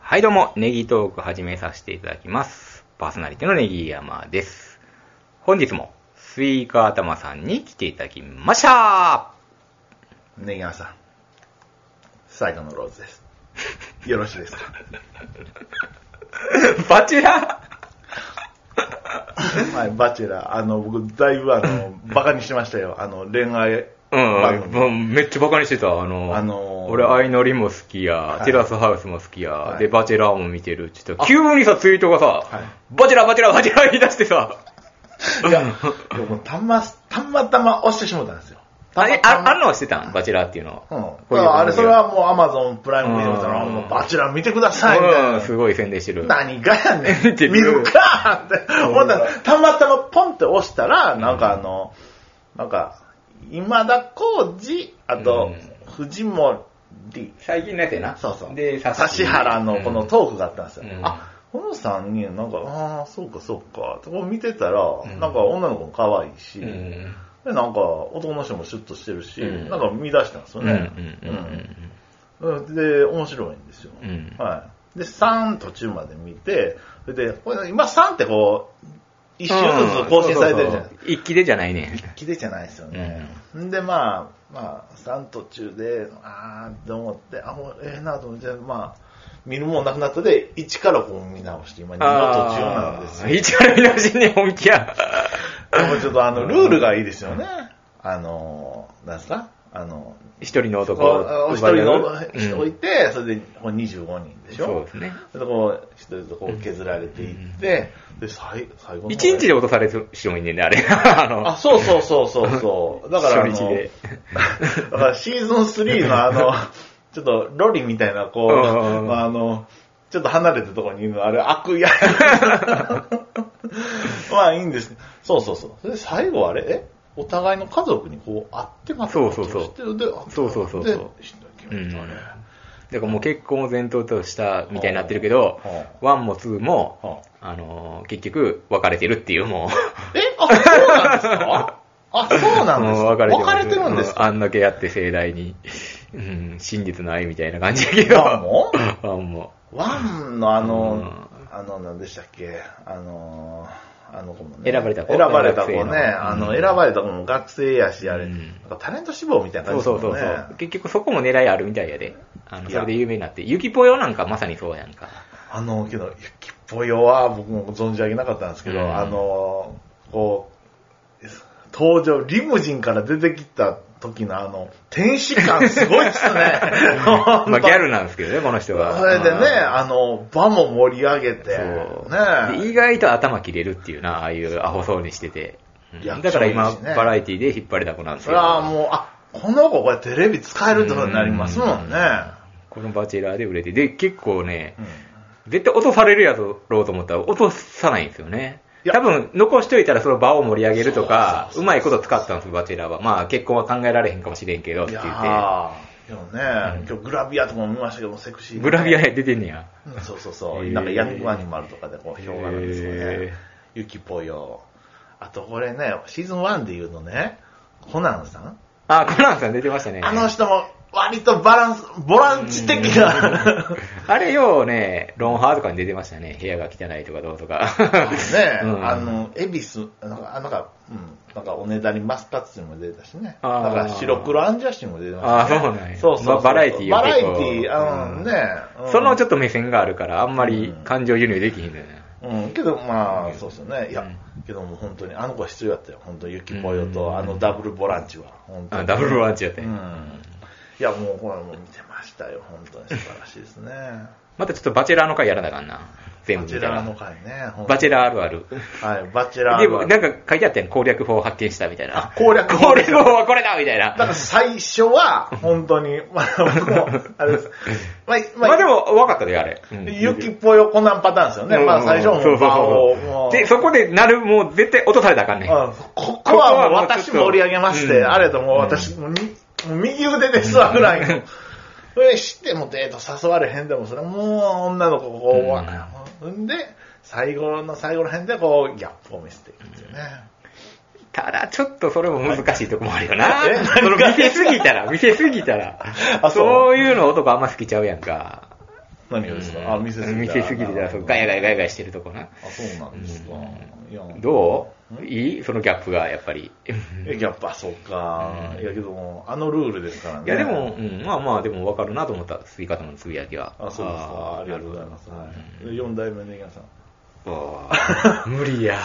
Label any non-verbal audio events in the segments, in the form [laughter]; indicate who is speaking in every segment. Speaker 1: はいどうも、ネギトーク始めさせていただきます。パーソナリティのネギ山です。本日もスイカ頭さんに来ていただき
Speaker 2: [laughs]
Speaker 1: ました
Speaker 2: ネギマさん、最後のローズです。よろしいですか
Speaker 1: バチェラ
Speaker 2: [laughs] はい、バチェラー、あの、僕、だいぶ、あの、バカにしてましたよ。あの、恋愛番
Speaker 1: ー
Speaker 2: 組。
Speaker 1: うん、めっちゃバカにしてた。あの、
Speaker 2: あのー
Speaker 1: 俺、相乗りも好きや、
Speaker 2: い
Speaker 1: テラスハウスも好きや、
Speaker 2: はい
Speaker 1: で、バチェラーも見てるって言ったら急にさ、ツイートがさ、
Speaker 2: い
Speaker 1: バチェラー、バチェラー、バチェラー言い出してさ、
Speaker 2: いや、でもたま、たまたま押してしまったんですよ。
Speaker 1: あれ、
Speaker 2: たまた
Speaker 1: あ
Speaker 2: ま
Speaker 1: あんのはしてたんバチェラーっていうのは。
Speaker 2: うん。
Speaker 1: こう
Speaker 2: だ
Speaker 1: いう番組
Speaker 2: からあれ、それはもうアマゾンプライム見てたら、
Speaker 1: うん
Speaker 2: もうバチェラー見てくださいみたいな。
Speaker 1: うん、すごい宣伝してる。
Speaker 2: 何がやねん
Speaker 1: 見てみ
Speaker 2: 見
Speaker 1: る
Speaker 2: るかって思ったら、たまたまポンって押したら、なんかあの、なんか、今田耕司、あと、藤森、
Speaker 1: 最近のやつやな。
Speaker 2: そうそう。
Speaker 1: で、さ
Speaker 2: 指原のこのトークがあったんですよ。
Speaker 1: うん
Speaker 2: あ、この3人、なんか、ああ、そうかそうか、とこ見てたら、
Speaker 1: ん
Speaker 2: なんか女の子も可愛いし、
Speaker 1: うんうん
Speaker 2: でなんか男の人もシュッとしてるし、
Speaker 1: うん
Speaker 2: なんか見出したんですよ
Speaker 1: うんうん
Speaker 2: ね。うんで、面白いんですよ。
Speaker 1: うん
Speaker 2: はい。で、3途中まで見て、それで、これ今3ってこう、一周ずつ更新されてるじゃないですか。
Speaker 1: そうそうそう一気でじゃないね。
Speaker 2: 気でじゃないですよね。ん、で、まあ、まあ、3途中で、あーって思って、あ、もうええなと思って、まあ、見るもんなくなったで、1からこう見直して、今2の途中なんですよ。
Speaker 1: あー一応見直しに本気や。
Speaker 2: でもちょっとあの、ルールがいいですよね。あの、なんですかあの、
Speaker 1: 一人の男
Speaker 2: おお一人の
Speaker 1: うん
Speaker 2: 人いて、それでこう25人でし
Speaker 1: そう
Speaker 2: ょ
Speaker 1: ですね。
Speaker 2: それでこう、一人ずつこう削られていって、で、最最後の方
Speaker 1: 一日で落とされる人もいんねんね、あれ。 [laughs] あの
Speaker 2: あ、そうそうそうそうそう。だからあの、
Speaker 1: 初日
Speaker 2: [laughs]
Speaker 1: で
Speaker 2: だからシーズン3のあの、ちょっとロリみたいな、こう、
Speaker 1: うんうんうん
Speaker 2: まあ、あの、ちょっと離れたところにいるの、あれ悪意ある。 [laughs] まあいいんです。そうそうそう。それで最後あれ、えお互いの家族にこう会ってます
Speaker 1: そうそうそう
Speaker 2: でであ
Speaker 1: そうそうそうそう
Speaker 2: でしんどい気持ちだね
Speaker 1: だからもう結婚を前頭としたみたいになってるけど
Speaker 2: は、
Speaker 1: ワンもツーも、
Speaker 2: はあ
Speaker 1: あのー、結局、別れてるっていう、もう。
Speaker 2: えあ、そうなんですかあ、そうなん
Speaker 1: [laughs]
Speaker 2: ですか
Speaker 1: うん
Speaker 2: 別れ
Speaker 1: ます
Speaker 2: てるんです
Speaker 1: う
Speaker 2: か、
Speaker 1: あんだけやって盛大に、うん、真実の愛みたいな感じやけど。
Speaker 2: ワンも
Speaker 1: [laughs] ワンも。
Speaker 2: ワンのあの、
Speaker 1: う
Speaker 2: あの、何でしたっけ、あの、あの子もね。
Speaker 1: 選ばれた子
Speaker 2: 選ばれた子
Speaker 1: 学
Speaker 2: ね。
Speaker 1: 生の
Speaker 2: あ
Speaker 1: う
Speaker 2: の、
Speaker 1: ん
Speaker 2: 選ばれた子も学生やし、あれ、
Speaker 1: うん
Speaker 2: なんかタレント志望みたいな
Speaker 1: そ
Speaker 2: 感じで
Speaker 1: うそう
Speaker 2: すも
Speaker 1: そ
Speaker 2: ん
Speaker 1: う
Speaker 2: ね。
Speaker 1: そう。結局そこも狙いあるみたいやで。あの、
Speaker 2: い
Speaker 1: そ
Speaker 2: や
Speaker 1: れで有名になって。ゆきぽよなんかまさにそう
Speaker 2: [laughs]
Speaker 1: やんか。
Speaker 2: あの、けど、ゆきっぽよは僕も存じ上げなかったんですけど、
Speaker 1: うん
Speaker 2: あの、こう、登場、リムジンから出てきた時のあの、天使感すごいっすね。ほんと
Speaker 1: [laughs] まあギャルなんですけどね、この人は。
Speaker 2: それでね、
Speaker 1: うん
Speaker 2: あの、場も盛り上げて、
Speaker 1: そう、で
Speaker 2: ね。
Speaker 1: 意外と頭切れるっていうな、ああいうアホそうにしてて。うん
Speaker 2: いや
Speaker 1: だから
Speaker 2: そ
Speaker 1: 今、
Speaker 2: うですね
Speaker 1: バラエティで引っ張りだこなんです
Speaker 2: そ
Speaker 1: よ。
Speaker 2: れはもう、あ、この子これテレビ使えるってことになりますもんね。
Speaker 1: このバチェラーで売れて。で、結構ね、
Speaker 2: うん
Speaker 1: 絶対落とされるやろうと思ったら落とさないんですよね
Speaker 2: い。や
Speaker 1: 多分、残しといたらその場を盛り上げるとか
Speaker 2: そうそう、そうう
Speaker 1: まいこと使ったんです、バチェラーは。まあ、結婚は考えられへんかもしれんけど、って
Speaker 2: い
Speaker 1: 言
Speaker 2: やー、
Speaker 1: っ
Speaker 2: でもね、今日グラビアとかも見ましたけど、セクシ
Speaker 1: て。
Speaker 2: ー。
Speaker 1: グラビアへ出てんねや。
Speaker 2: うんそうそうそう。
Speaker 1: へー
Speaker 2: なんかヤングアニマルとかでこう評価なんですよ
Speaker 1: へー
Speaker 2: ね。ゆきぽよ。あとこれね、シーズン1で言うとね、コナンさん
Speaker 1: あ、コナンさん出てましたね。
Speaker 2: あの人も割とバランス、ボランチ的な。
Speaker 1: あれようね、ロンハーとかに出てましたね。部屋が汚いとかどうとか。
Speaker 2: [laughs] ね、
Speaker 1: [laughs] うん
Speaker 2: あの、恵比寿、なんか、あなんか、うん、なんかおねだりマスカッツにも出てたしね。
Speaker 1: あー
Speaker 2: なんか白黒アンジャッシュにも出てました
Speaker 1: ああ、
Speaker 2: ね。
Speaker 1: そうなんや。
Speaker 2: そうそうそう
Speaker 1: まあバラエティー
Speaker 2: バ
Speaker 1: は
Speaker 2: ラエ
Speaker 1: 結
Speaker 2: テ
Speaker 1: 構
Speaker 2: ィー、あのね、うん
Speaker 1: そのちょっと目線があるから、あんまり感情輸入できひんのよね。
Speaker 2: うん、けどまあ、そうですよね。いや、
Speaker 1: うん
Speaker 2: けどもう本当に、あの子は必要やったよ。本当、ゆきぽよ
Speaker 1: うん
Speaker 2: と、あのダブルボランチは。本当
Speaker 1: あ
Speaker 2: に
Speaker 1: ダブルボランチやって。
Speaker 2: うん。いや、もう、ほら、もう見てましたよ。本当に素晴らしいですね。
Speaker 1: またちょっとバチェラーの回やらなあかんな。全
Speaker 2: バ
Speaker 1: 部
Speaker 2: チェ
Speaker 1: 見た
Speaker 2: ラー
Speaker 1: ら
Speaker 2: の。回ね。本当に
Speaker 1: バチェラーあるある。
Speaker 2: はい、バチェラー
Speaker 1: で
Speaker 2: の
Speaker 1: も、
Speaker 2: 回。
Speaker 1: なんか書いてあったやん。攻略法を発見したみたいな。
Speaker 2: あ攻略法
Speaker 1: 攻略法はこれだみたい
Speaker 2: だか
Speaker 1: な。
Speaker 2: ら最初は、本当
Speaker 1: [laughs]
Speaker 2: に、まあ、僕も、あれです。まあ、
Speaker 1: ま
Speaker 2: ま
Speaker 1: あで
Speaker 2: あ、
Speaker 1: も、分かったで、あれ。うん
Speaker 2: ゆきぽよコナンパターンですよね。まあ、最初はも、
Speaker 1: そううそう
Speaker 2: 場を、
Speaker 1: そう
Speaker 2: もう、
Speaker 1: で、そこでなる、もう絶対落とされたらあかんねん。
Speaker 2: うんここはもう私盛り上げまし
Speaker 1: う
Speaker 2: て、
Speaker 1: ん
Speaker 2: あれともう私、もうにもう右腕で座るない [laughs] の。それ知ってもデート誘われへんでも、それもう女の子こう、わんで、最後の最後ら辺でこう、ギャップを見せていくんですよね。
Speaker 1: ただ、ちょっとそれも難しいとこもあるよな。
Speaker 2: え
Speaker 1: その見せすぎたら、見せすぎたら。
Speaker 2: [laughs] あそう
Speaker 1: そういうの男あんま好きちゃうやんか。
Speaker 2: 何がですかあ、見せすぎ
Speaker 1: 見
Speaker 2: た
Speaker 1: せすぎてたら、そうガヤガヤガヤガヤしてるとこな。
Speaker 2: あ、そうなんですか。いや、
Speaker 1: どういいそのギャップが、やっぱり。
Speaker 2: えやっぱそうか。いやけども、あのルールですからね。
Speaker 1: いや、でも、うん、まあまあ、でも分かるなと思った、スイカのつぶやきは。
Speaker 2: あ、そうですか。ありがとうございます。はい。4代目ネギヤさん。
Speaker 1: あー [laughs] 無理や。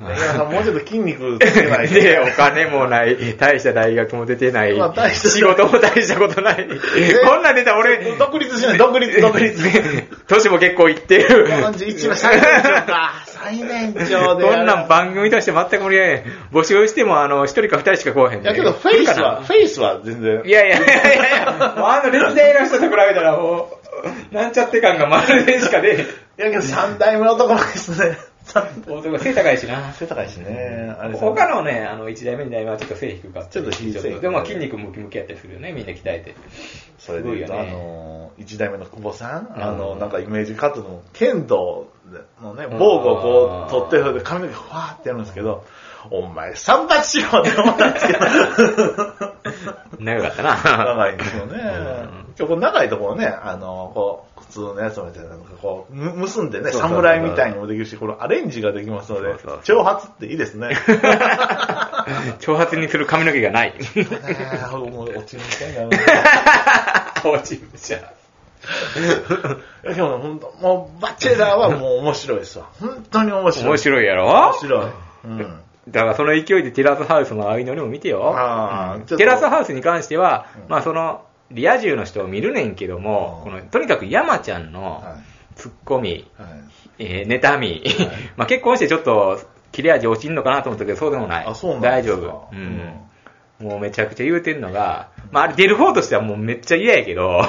Speaker 2: ネギヤさん、もうちょっと筋肉つけ
Speaker 1: [laughs]
Speaker 2: ない
Speaker 1: で、
Speaker 2: で。
Speaker 1: お金もない、大した大学も出てない
Speaker 2: まあ大、した
Speaker 1: 仕事も大したことない。こんなん出たら [laughs] 俺、
Speaker 2: 独立しない、独立、独立。
Speaker 1: 年も結構いってる。
Speaker 2: 41は最年長か。 [laughs] 最年長で。
Speaker 1: こんなん番組として全く無理やね募集しても、あの、一人か二人しか来おへん
Speaker 2: い
Speaker 1: で
Speaker 2: やけど、フェイスは、フェイスは全然
Speaker 1: い。やいやいやいやいや、もうあの歴代の人と比べたらもう、なんちゃって感がまるでしかね
Speaker 2: いやけど3代目の男前ですね。
Speaker 1: え。男背高いしな。
Speaker 2: 背高いしね。あれ
Speaker 1: 他のね、あの、1代目、2代目はちょっと背低かった。
Speaker 2: ちょっと低い
Speaker 1: ちょっとでも筋肉ムキムキやったりするよね、みんな鍛えて。
Speaker 2: それで言うと、
Speaker 1: すごい
Speaker 2: あ
Speaker 1: よね
Speaker 2: の、1代目の久保さん、
Speaker 1: ん
Speaker 2: あの、なんかイメージカットの剣道のね、防具をこう取って、それで髪の毛ふわーってやるんですけど、お前、三八しろって思ったんですけど、
Speaker 1: 長かったな。
Speaker 2: [laughs] 長いんですよね。今日この長いところね、あの、こう、普通のやつみたいな、なんかこう、む結んでね、
Speaker 1: そうそうそう
Speaker 2: 侍みたいにもできるし、これアレンジができますので
Speaker 1: そうそう、そ
Speaker 2: 挑発っていいですね。
Speaker 1: [laughs] 挑発にする髪の毛
Speaker 2: [laughs]
Speaker 1: がない。
Speaker 2: あーもう落ちるみたいな。
Speaker 1: コーチングじゃ。
Speaker 2: いやでも本当、もう、バチェラーはもう面白いですわ。本当に面白い。
Speaker 1: 面白いやろ
Speaker 2: 面白い。うん。
Speaker 1: だからその勢いでテラスハウスのあいのりも見てよ
Speaker 2: あー。
Speaker 1: うん
Speaker 2: ちょっと
Speaker 1: テラスハウスに関しては、まあその、リア充の人を見るねんけども、
Speaker 2: うん
Speaker 1: このとにかく山ちゃんの
Speaker 2: は
Speaker 1: ツッコミ、
Speaker 2: い。はい。
Speaker 1: えー妬み、 [laughs] まあ結婚してちょっと切れ味落ちんのかなと思ったけど、そうでもない。
Speaker 2: あ、そうなん
Speaker 1: 大
Speaker 2: です
Speaker 1: 丈
Speaker 2: か
Speaker 1: 夫。うん。もうめちゃくちゃ言うてんのが、まああれ出る方としてはもうめっちゃ嫌やけど、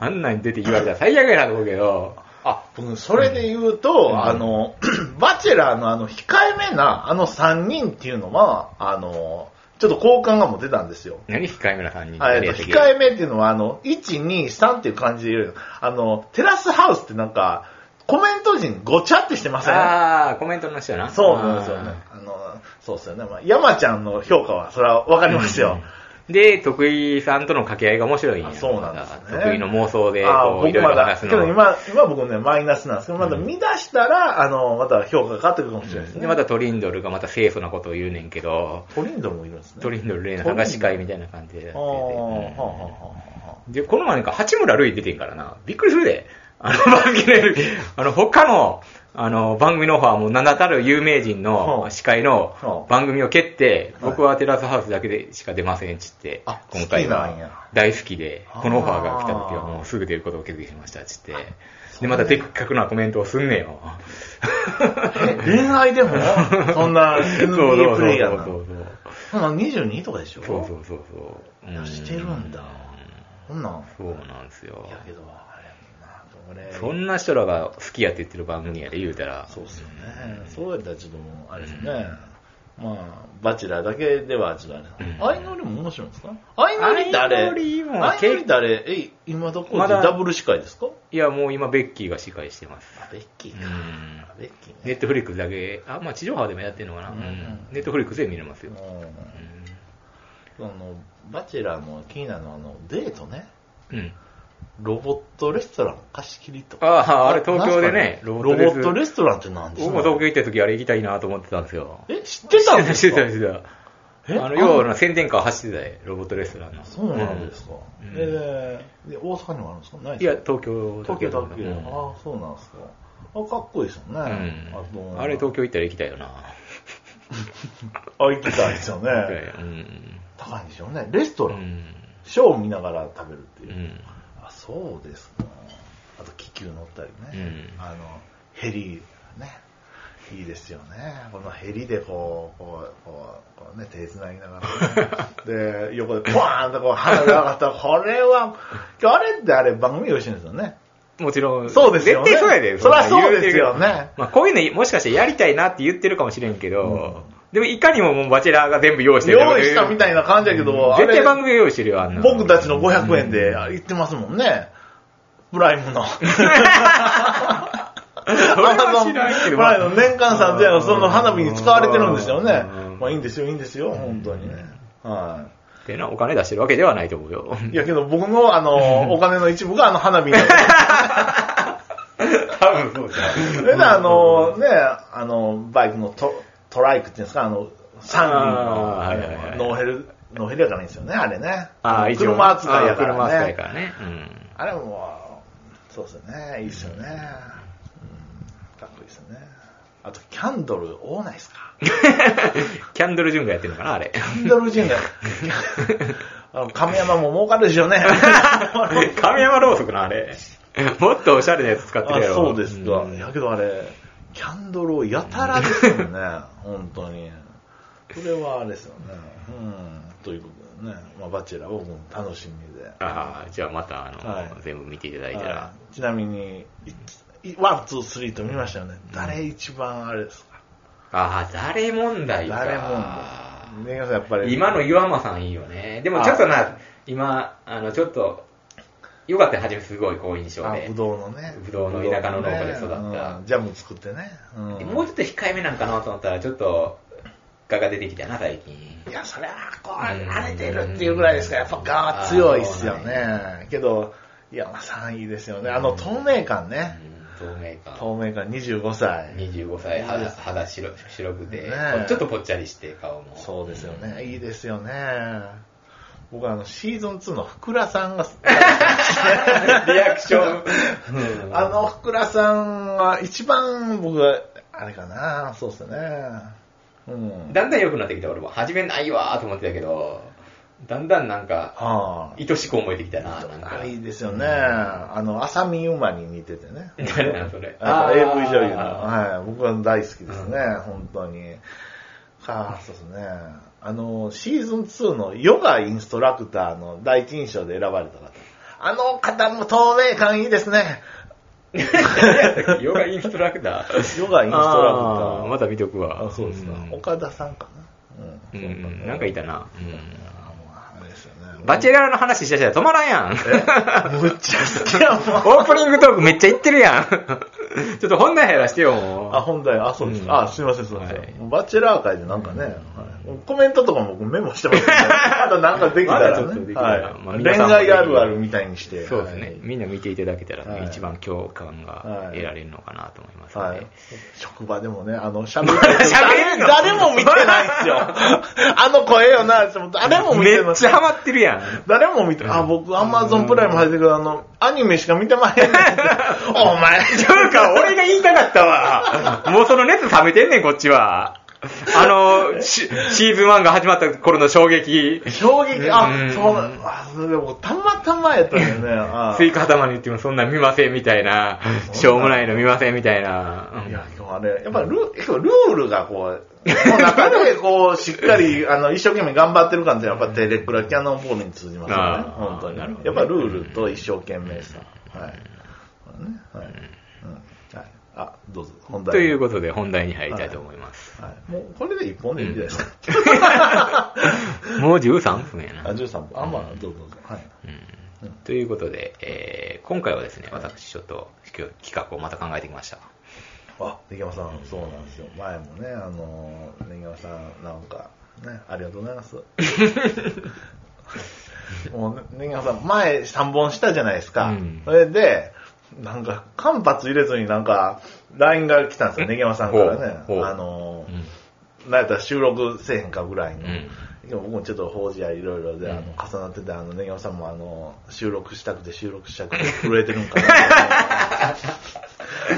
Speaker 1: あんなん出て言われたら最悪やなと思うけど、
Speaker 2: あ、僕、それで言うと、あの、 [clears throat] バチェラーのあの、控えめな、あの3人っていうのは、あの、ちょっと好感がも出たんですよ。
Speaker 1: 何控えめな3人
Speaker 2: あえっと、控えめっていうのは、あの、1、2、3っていう感じで言う。あの、テラスハウスってなんか、コメント陣ごちゃってしてません
Speaker 1: ああ、コメントの人やな。
Speaker 2: そうなんですよね。あの、そうですよね。まあ、山ちゃんの評価は、それはわかりますよ。
Speaker 1: で、徳井さんとの掛け合いが面白いんや。
Speaker 2: あそうなんですね
Speaker 1: 得意の妄想で、
Speaker 2: ああ
Speaker 1: こう、い
Speaker 2: 僕
Speaker 1: ろいろ
Speaker 2: まだ、
Speaker 1: 話す
Speaker 2: け
Speaker 1: の
Speaker 2: ど。今、今僕ね、マイナスなんですけど、まだ見出したら、あの、また評価が変わってくるかもしれないですね。
Speaker 1: で、またトリンドルがまた清楚なことを言うねんけど、
Speaker 2: トリンドルもいるんですね。
Speaker 1: トリンドル玲奈さんが司会みたいな感じでやってて
Speaker 2: ああ、はあ、
Speaker 1: う
Speaker 2: はあ、は
Speaker 1: んで、この前なんか八村塁出てんからな。びっくりするで。あの [laughs] 番組の、あの、他の、あの、番組のオファーも名だたる有名
Speaker 2: は
Speaker 1: 人の
Speaker 2: あ
Speaker 1: 司会の
Speaker 2: はあ
Speaker 1: 番組を蹴って、
Speaker 2: はい
Speaker 1: 僕はテラスハウスだけでしか出ませんっつって
Speaker 2: あ、
Speaker 1: 今回
Speaker 2: 好きなんや
Speaker 1: は大好きで、このオファーが来た時は
Speaker 2: あー
Speaker 1: もうすぐ出ることを決意しましたっつって、で、またでっかくなコメントをすん
Speaker 2: [laughs]
Speaker 1: ねよ。
Speaker 2: あ。え、恋愛でもそんな NBA プレイヤーな
Speaker 1: そ
Speaker 2: の
Speaker 1: う
Speaker 2: そんなん22とかでしょ
Speaker 1: そうそうそうそうそうそううん
Speaker 2: してるんだ。そんなん。
Speaker 1: そうなんですよ
Speaker 2: い。やけど、あれやもんな、
Speaker 1: そ
Speaker 2: 俺。
Speaker 1: んな人らが好きやって言ってる番組やで言うたら。
Speaker 2: そうっすよね。そうやったらちょっともう、あれですね。まあ、バチェラーだけでは、ちょっとあれ。アイノリも面白いんですかアイノリってあれ、
Speaker 1: ア
Speaker 2: ア
Speaker 1: イ
Speaker 2: イ
Speaker 1: ノ
Speaker 2: ノ
Speaker 1: リも
Speaker 2: リってあれ、え、今どこ
Speaker 1: ま
Speaker 2: で
Speaker 1: だ
Speaker 2: ダブル司会ですか
Speaker 1: いや、もう今、ベッキーが司会してます。
Speaker 2: あベッキー
Speaker 1: う
Speaker 2: か。
Speaker 1: ん
Speaker 2: あベッキーね。
Speaker 1: ネットフリックスだけ、あ、まあ地上波でもやってるのかな。うん
Speaker 2: うんうん
Speaker 1: ネットフリックスで見れますよ。
Speaker 2: うんあの、バチェラーの気になるのは、あの、デートね。
Speaker 1: うん。うん
Speaker 2: ロボットレストラン貸し切りと
Speaker 1: あ
Speaker 2: か。
Speaker 1: あ、あれ東京でね、
Speaker 2: ロボットレ
Speaker 1: ス
Speaker 2: ストランって何です
Speaker 1: 僕
Speaker 2: か
Speaker 1: も東京行った時あれ行きたいなと思ってたんですよ。
Speaker 2: え、知ってたんで
Speaker 1: 知
Speaker 2: す
Speaker 1: って
Speaker 2: か
Speaker 1: た、知ってた。
Speaker 2: え
Speaker 1: あの、
Speaker 2: あの
Speaker 1: 要はな宣伝カー走ってたで、ロボットレストランの。
Speaker 2: そうなんですか。
Speaker 1: うん
Speaker 2: えーで、大阪にもあるんですかないで
Speaker 1: い
Speaker 2: す
Speaker 1: や、
Speaker 2: か
Speaker 1: 東京
Speaker 2: 東京だけ。
Speaker 1: うん
Speaker 2: ああ、そうなんですか。あ、かっこいいですよね。あ
Speaker 1: うん。
Speaker 2: と
Speaker 1: あれ東京行ったら行きたいよな。
Speaker 2: あ、行きたいですよ
Speaker 1: 行きたい
Speaker 2: ね。
Speaker 1: ようん。
Speaker 2: 高いんでしょうね。レスト
Speaker 1: う
Speaker 2: ラン。
Speaker 1: ん。
Speaker 2: ショーを見ながら食べるっていうう。
Speaker 1: ん。
Speaker 2: あ、そうですか。あと、気球乗ったりね。
Speaker 1: うん
Speaker 2: あの、ヘリ、ね。いいですよね。このヘリでこう、こう、こう、こうね、手繋ぎながらね、
Speaker 1: [laughs]
Speaker 2: で、横でポワーンとこう、鼻が上がったら、これは、あれってあれ番組用意してるんですよね。
Speaker 1: もちろん。
Speaker 2: そうですよね
Speaker 1: 絶対そうやで。
Speaker 2: そりゃ
Speaker 1: んな
Speaker 2: そうですよね
Speaker 1: 言うてるまあ、こういうの、もしかしてやりたいなって言ってるかもしれんけど、でも、いかにももうバチェラーが全部用意してる
Speaker 2: 用意したみた
Speaker 1: い
Speaker 2: いな感じやけど、あれ
Speaker 1: 絶対番組が用意してるよ、あんな。
Speaker 2: 僕たちの500円で言ってますもんね。プライム
Speaker 1: [laughs]
Speaker 2: の。
Speaker 1: は知らんけ
Speaker 2: プ
Speaker 1: ど
Speaker 2: ライムの年間3000円がその花火に使われてるんですよね
Speaker 1: うん。
Speaker 2: まあいいんですよ、いいんですよ、本当にね。は
Speaker 1: ってな、お金出してるわけではないと思うよ。
Speaker 2: いやけど僕のあ
Speaker 1: [laughs]
Speaker 2: の、お金の一部があの花火の。
Speaker 1: 多分そうじ
Speaker 2: それであの、ね、あの、バイクのトトライクっていうんですか、あの、三
Speaker 1: あーはいはいは
Speaker 2: 輪
Speaker 1: い
Speaker 2: のノーヘル、ノーヘルやからいいんですよね、あれね。
Speaker 1: [laughs] ああ、一応。
Speaker 2: 車扱いやからね。
Speaker 1: あー車扱いからね。
Speaker 2: [laughs]
Speaker 1: うん。 [laughs]
Speaker 2: あれも、そうですよね。いいですよね。うんかっこいいですよね。あと、キャンドル多ないですか
Speaker 1: キャンドル順がやってるのかな、あれ。
Speaker 2: キャンドル人
Speaker 1: [laughs]
Speaker 2: が。あの亀山も儲かるでしょうね。
Speaker 1: [laughs] 神山ろうそくな、あれ。もっとおしゃれなやつ使って
Speaker 2: あ
Speaker 1: るやろ。
Speaker 2: そうですか。
Speaker 1: ん
Speaker 2: やけどあれ、キャンドルをやたらですよね。本当に。それはあれですよね。うん。ということでね。まあ、バチェラー僕も楽しみで。
Speaker 1: ああ、じゃあまた、あの、
Speaker 2: はい
Speaker 1: 全部見ていただいたら
Speaker 2: は。いちなみに、いいワン、ツー、スリーと見ましたよね。誰一番あれですか
Speaker 1: ああ、誰問題か。
Speaker 2: 誰もんね。ねやっぱり。
Speaker 1: 今の岩間さんいいよね。でもちょっとな、今、あの、ちょっと、よかったよ、初めすごい好印象
Speaker 2: あ
Speaker 1: で
Speaker 2: ぶ。どうのね。
Speaker 1: ぶどうの田舎の農家で育った
Speaker 2: うんジャム作ってね。うん
Speaker 1: もうちょっと控えめなんかなと思ったら、ちょっと、ガが出てきたな、最近。
Speaker 2: いや、それはこう、慣れてるっていうぐらいですから、やっぱガは強いっすよね。けど、いや、まあ3位ですよね。あの、透明感
Speaker 1: う
Speaker 2: ね。
Speaker 1: ん透明感。
Speaker 2: 透明感25歳。
Speaker 1: 25歳、
Speaker 2: いいで
Speaker 1: 肌
Speaker 2: す
Speaker 1: 肌白白くて、
Speaker 2: ねえ
Speaker 1: ちょっとぽっちゃりして、顔も。
Speaker 2: そうですよね。いいですよね。僕あの、シーズン2の福良さんが、 [laughs]
Speaker 1: リアクション。うん
Speaker 2: あの福良さんは一番僕は、あれかな、そうですね。うん。
Speaker 1: だんだん良くなってきた俺も、初めないわーと思ってたけど、だんだんなんか、
Speaker 2: はあ。
Speaker 1: 愛しく思えてきたな、なん
Speaker 2: あ
Speaker 1: か。
Speaker 2: いいですよね。あの、浅見ゆまに似ててね。
Speaker 1: 誰なんそれ
Speaker 2: あの
Speaker 1: あー
Speaker 2: AV 女優の。はい。僕は大好きですね、本当に。はあ、そうですね。あの、シーズン2のヨガインストラクターの第一印象で選ばれた方。あの方も透明感いいですね。
Speaker 1: [laughs] ヨガインストラクター。
Speaker 2: ヨガインストラ
Speaker 1: あー
Speaker 2: ク
Speaker 1: また見と
Speaker 2: タ
Speaker 1: くわ。
Speaker 2: ー。あ、そうですか。
Speaker 1: ん
Speaker 2: 岡田さんかな。
Speaker 1: う
Speaker 2: うん。
Speaker 1: ん、なんかいたな。
Speaker 2: あもうあれですよね。
Speaker 1: バチェラーの話したじゃ止まらんやん。
Speaker 2: むっちゃ好きやもん。
Speaker 1: オープニングトークめっちゃ言ってるやん。 [laughs] ちょっと本題減らしてよ、もう
Speaker 2: あ、本題、あ、そうですか。
Speaker 1: うん
Speaker 2: あ、すいません、すいません。
Speaker 1: はい
Speaker 2: バチェラー界でなんかね、はいコメントとかも僕メモして
Speaker 1: [laughs]
Speaker 2: ますんで、あとなんかできた
Speaker 1: まだ
Speaker 2: ら
Speaker 1: ちょっとで
Speaker 2: ね、
Speaker 1: きたら
Speaker 2: はい
Speaker 1: まあ
Speaker 2: 恋
Speaker 1: 皆さんも
Speaker 2: 愛あるあるみたいにして、
Speaker 1: そうですね、
Speaker 2: はい
Speaker 1: みんな見ていただけたら、ね
Speaker 2: はい
Speaker 1: 一番共感が得られるのかなと思いますので、
Speaker 2: はい。職場でもね、
Speaker 1: [laughs]
Speaker 2: あの、喋ってる
Speaker 1: 喋んの
Speaker 2: 誰も見てないっす
Speaker 1: [laughs]
Speaker 2: よ。あの声よな、誰も見て
Speaker 1: め
Speaker 2: な
Speaker 1: っ
Speaker 2: い
Speaker 1: ち。ゃハマってる [laughs] やん。
Speaker 2: 誰も見てない。あ、僕、アマゾンプライム入ってるけど、あの、アニメしか見てま
Speaker 1: [laughs]
Speaker 2: へんねん。お前、
Speaker 1: ちゃうか、俺が言いたかったわ。 [laughs] もうその熱冷めてんねん、こっちは。あの、シシーズン1が始まった頃の衝撃、
Speaker 2: 衝撃、
Speaker 1: う
Speaker 2: あ、
Speaker 1: ん
Speaker 2: そうなん、あ、それでもたまたまやったんだよね。あ
Speaker 1: スイカ頭に言ってもそんなん見ませんみたい [laughs] な、しょうもないの見ませんみたいな。
Speaker 2: いや、今日あれ、やっぱルールールがこう、この中でこう、しっかり、あの、一生懸命頑張ってる感って、やっぱテレクラキャノンボールに通じますよね。
Speaker 1: あー
Speaker 2: 本当に。
Speaker 1: なるほど
Speaker 2: やっぱルールと一生懸命さ。はい。ね、はい。うん。はい。あ、どうぞ、本題。
Speaker 1: ということで本題に入りたいと思います。
Speaker 2: はい。もう、これで一本でいいんじゃないですか。
Speaker 1: もう13
Speaker 2: [laughs]
Speaker 1: 分や
Speaker 2: あ、
Speaker 1: な。
Speaker 2: 13本。あ、まあ、どうぞ、どうぞ。はい。
Speaker 1: うんということで、えー今回はですね、私ちょっと今日企画をまた考えてきました。
Speaker 2: あ、根山さん、そうなんですよ。前もね、あの、根山さん、なんか、ね、ありがとうござい
Speaker 1: [laughs]
Speaker 2: ます。もう、根山さん、前3本したじゃないですか。
Speaker 1: うん
Speaker 2: それで、なんか、間髪入れずになんか、LINE が来たんですよ、根山さんからね。
Speaker 1: ほうほう
Speaker 2: あの
Speaker 1: う、ん
Speaker 2: なんやったら収録せえへんかぐらいの。
Speaker 1: うん
Speaker 2: でも僕もちょっと法事やいろいろで、
Speaker 1: うん
Speaker 2: あの重なってて、あの、根山さんもあの、収録したくて収録したく
Speaker 1: [laughs]
Speaker 2: て震えてるんかなっ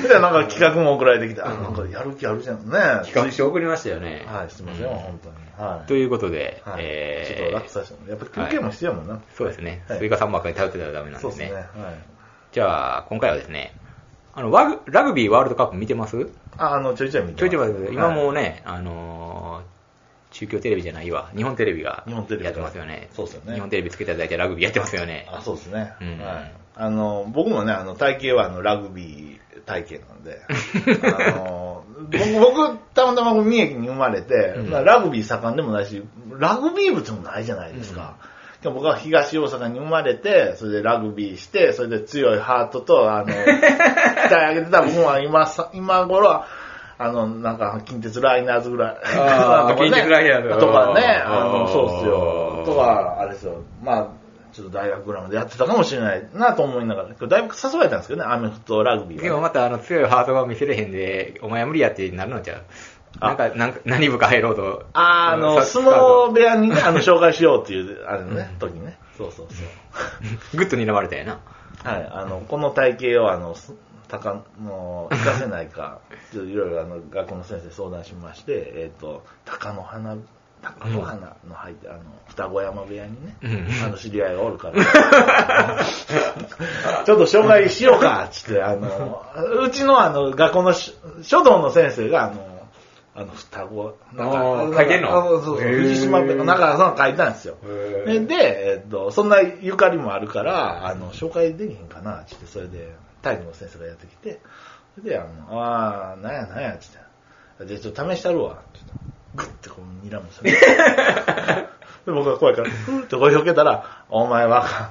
Speaker 2: て。で、なんか企画も送られてきて、あ、なんかやる気あるじゃんね。
Speaker 1: 企画書送りましたよね。
Speaker 2: はい、すいません、本当に。はい。
Speaker 1: ということで、
Speaker 2: はい
Speaker 1: えー
Speaker 2: ちょっと楽させてもらうやっぱ休憩も必要やもんな。
Speaker 1: そうですね。
Speaker 2: はい
Speaker 1: スイカさんばっかり食べてたらダメなん
Speaker 2: そう
Speaker 1: で
Speaker 2: ですすね。
Speaker 1: ね
Speaker 2: はい。。
Speaker 1: じゃあ、今回はですね、あの、ワグラグビーワールドカップ見てます
Speaker 2: あ、あの、ちょいちょい見て
Speaker 1: ちょ
Speaker 2: ま
Speaker 1: い
Speaker 2: す
Speaker 1: ちょい待ってください今もうね、あのー中京テレビじゃないわ、日本テレビが
Speaker 2: 日本テレビ
Speaker 1: やってますよね。
Speaker 2: そうですよね
Speaker 1: 日本テレビつけていただいてラグビーやってますよね。
Speaker 2: あ、そうですね。
Speaker 1: うん
Speaker 2: はい。あの、僕もね、あの、体型はあの、ラグビー体型なん
Speaker 1: [laughs]
Speaker 2: で、あの、僕、僕、たまたま三重に生まれて、
Speaker 1: うん
Speaker 2: まあ、ラグビー盛んでもないし、ラグビー部でもないじゃないですか。でも僕は東大阪に生まれて、それでラグビーして、それで強いハートと、あ
Speaker 1: [laughs]
Speaker 2: の、鍛え上げてた僕は今さ、今頃は、あの、なんか、近鉄ライナーズぐらい。 [laughs]
Speaker 1: あー近鉄ライナーズ
Speaker 2: とかね、
Speaker 1: あー
Speaker 2: あの、そうっすよ。とか、あれですよ、まあ、ちょっと大学ぐらいまでやってたかもしれないなと思いながら、今日だいぶ誘われたんですけどね、アメフトラグビーはね、
Speaker 1: でもまたあの強いハートが見せれへんで、お前は無理やってなるのちゃうなんか、なんか何部か入ろうと。
Speaker 2: あーあ
Speaker 1: う
Speaker 2: の、
Speaker 1: んサ
Speaker 2: 相
Speaker 1: ッカー
Speaker 2: 撲
Speaker 1: の
Speaker 2: 部屋にね、あの、紹介しようっていう、あれのね、時にね。そうそうそう。
Speaker 1: グッと睨まれたよな。
Speaker 2: はい、あの、この体型を、あの、す高、もう、生かせないか、 [laughs] ちょっといろいろ、あの、学校の先生に相談しまして、えっ、と、鷹の花、鷹の花の入って、あの、双子山部屋にね、
Speaker 1: うん
Speaker 2: あの、知り合いがおるから、 [laughs] ちょっと紹介しようか、つって、あの、うちの、あの、学校のし書道の先生が、あの、あの、双子、なんか
Speaker 1: あ
Speaker 2: な
Speaker 1: ー
Speaker 2: んか
Speaker 1: 書けんの
Speaker 2: あそうそう、
Speaker 1: へー
Speaker 2: 藤島部の中田さんが書いたんですよ。
Speaker 1: へ
Speaker 2: で
Speaker 1: ー
Speaker 2: で、えっと、そんなゆかりもあるから、あの、紹介できへんかな、つって、それで、体育の先生がやってきて、それで、あの、あー、なんやなんや、つって、じゃあちょっと試したるわ、つって、グッてこう、睨む
Speaker 1: [laughs]
Speaker 2: それ。で、僕が怖いから、ふーって声をけたら、お前はあかん、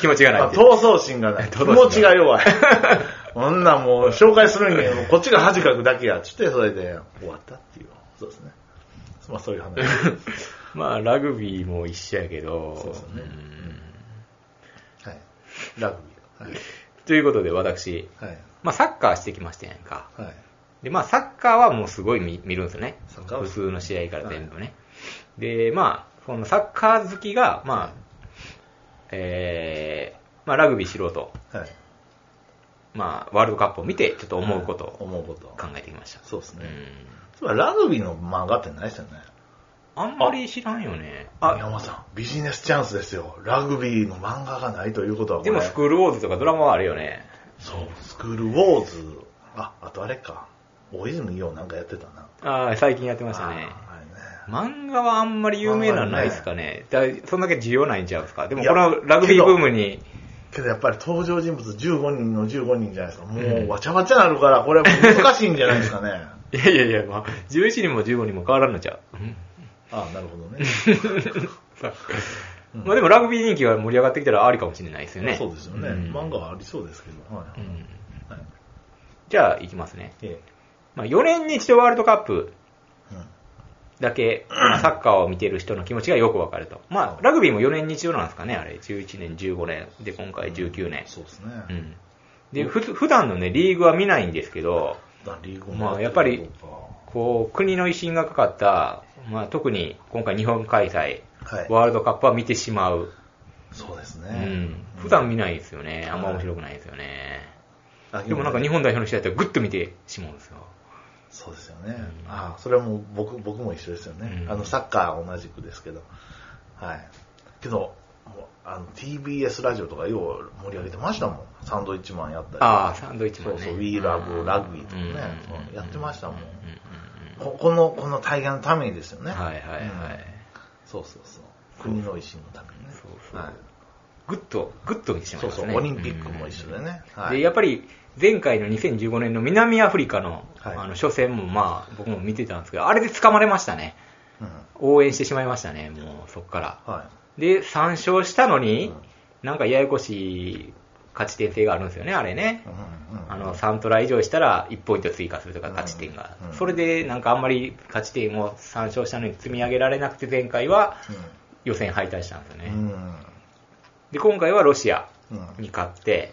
Speaker 1: 気持ちがない
Speaker 2: あ
Speaker 1: って。
Speaker 2: 闘争心がない。気
Speaker 1: 闘争心がない
Speaker 2: 持ちが弱い。こんなんもう、紹介するにもうこっちが恥かくだけや、つって、それで、終わったっていう。そうですね。まあ、そういう話。
Speaker 1: [laughs] まあ、ラグビーも一緒やけど。
Speaker 2: そうそうね
Speaker 1: ん
Speaker 2: はい。ラグビー。
Speaker 1: ということで、私、
Speaker 2: はい。はい。
Speaker 1: まあ、サッカーしてきましたやんか。
Speaker 2: はい。
Speaker 1: で、まあ、サッカーはもうすごい見見るんですよね。
Speaker 2: サッカーは
Speaker 1: 普通の試合から全部ね。で、まあ、そのサッカー好きが、まあ、えー、まあ、ラグビー素人、
Speaker 2: はい。
Speaker 1: まあ、ワールドカップを見て、ちょっと思うことを
Speaker 2: 思うこと。
Speaker 1: 考えてきました。
Speaker 2: そうですね
Speaker 1: うん。
Speaker 2: つまりラグビーの漫画ってないですよね。
Speaker 1: あんまり知らんよね。
Speaker 2: あ、
Speaker 1: あ、
Speaker 2: 山さん、ビジネスチャンスですよ。ラグビーの漫画がないということはこ
Speaker 1: で
Speaker 2: れ
Speaker 1: もスクールウォーズとかドラマはあるよね。
Speaker 2: そう、スクールウォーズ。あ、あとあれか。大泉洋なんかやってたな。
Speaker 1: ああ、最近やってましたね。
Speaker 2: ああれね。
Speaker 1: 漫画はあんまり有名なのないですかね。だそんだけ需要ないんちゃうんですか。でも
Speaker 2: いや
Speaker 1: このラグビーブームに、
Speaker 2: けどやっぱり登場人物15人の15人じゃないですか。もうわちゃわちゃなるから、これは難しいんじゃないですかね。
Speaker 1: いやいやいや、まあ、11人も15人も変わらんのち [laughs] ゃう。
Speaker 2: [laughs] あなるほどね。
Speaker 1: まあでもラグビー人気が盛り上がってきたらありかもしれないですよね。
Speaker 2: そうですよ [laughs] ね。
Speaker 1: ん
Speaker 2: 漫画はありそうですけど。は
Speaker 1: う
Speaker 2: い。
Speaker 1: ん
Speaker 2: はい
Speaker 1: じゃあ、いきますね。
Speaker 2: え
Speaker 1: まあ、4年に一度ワールドカップ
Speaker 2: えうん
Speaker 1: だけ、 [laughs] まあサッカーを見てる人の気持ちがよくわかると。まあ、ラグビーも4年に一度なんですかね、あれ。11年、15年。で、今回19年。
Speaker 2: そうです
Speaker 1: う
Speaker 2: ね。
Speaker 1: ん。で、ふつ普段のね、リーグは見ないんですけど、
Speaker 2: だリーグ
Speaker 1: まあやっぱりこう、国の威信がかかった、まあ、特に今回日本開催、
Speaker 2: はい。
Speaker 1: ワールドカップは見てしまう。
Speaker 2: そうです
Speaker 1: う
Speaker 2: ね
Speaker 1: ん。。普段見ないですよね。あんま面白くないですよね。
Speaker 2: あ
Speaker 1: でもなんか日本代表の試合ってグッと見てしまうんですよ。
Speaker 2: そうですよね。ああそれはもう僕僕も一緒ですよね。
Speaker 1: うん
Speaker 2: あのサッカーは同じくですけど。はい。けど、もうあの TBS ラジオとかよう盛り上げてましたもん。サンドイッチマンやったり。
Speaker 1: ああ、サンドイッチマ
Speaker 2: そ
Speaker 1: ン
Speaker 2: う
Speaker 1: ね。
Speaker 2: そう、We Love Rugby とかね、そうやってましたもん。ここの、この大会のためにですよね。
Speaker 1: ね。はいはいはい。
Speaker 2: そうそうそう。国の維新のためにね。
Speaker 1: そうそう
Speaker 2: はい
Speaker 1: グッと、グッと見てしまい
Speaker 2: そう
Speaker 1: ます
Speaker 2: そう
Speaker 1: ね。
Speaker 2: オリンピックも一緒でね。
Speaker 1: うん。
Speaker 2: は
Speaker 1: で、
Speaker 2: い。
Speaker 1: やっぱり前回の2015年の南アフリカの
Speaker 2: はい
Speaker 1: あの初戦もまあ僕も見てたんですけど、あれで掴まれましたね。
Speaker 2: うん
Speaker 1: 応援してしまいましたね、もうそこから。
Speaker 2: は
Speaker 1: で、3勝したのに
Speaker 2: うん、
Speaker 1: なんかややこしい勝ち点制があるんですよね、あれね
Speaker 2: い。。うんうん
Speaker 1: あの3トライ以上したら1ポイント追加するとか、
Speaker 2: うん
Speaker 1: 勝ち点が、
Speaker 2: うん
Speaker 1: それでなんかあんまり勝ち点を3勝したのに積み上げられなくて、前回は予選敗退したんですよね、
Speaker 2: うん
Speaker 1: で今回はロシア
Speaker 2: うんうん
Speaker 1: に勝って、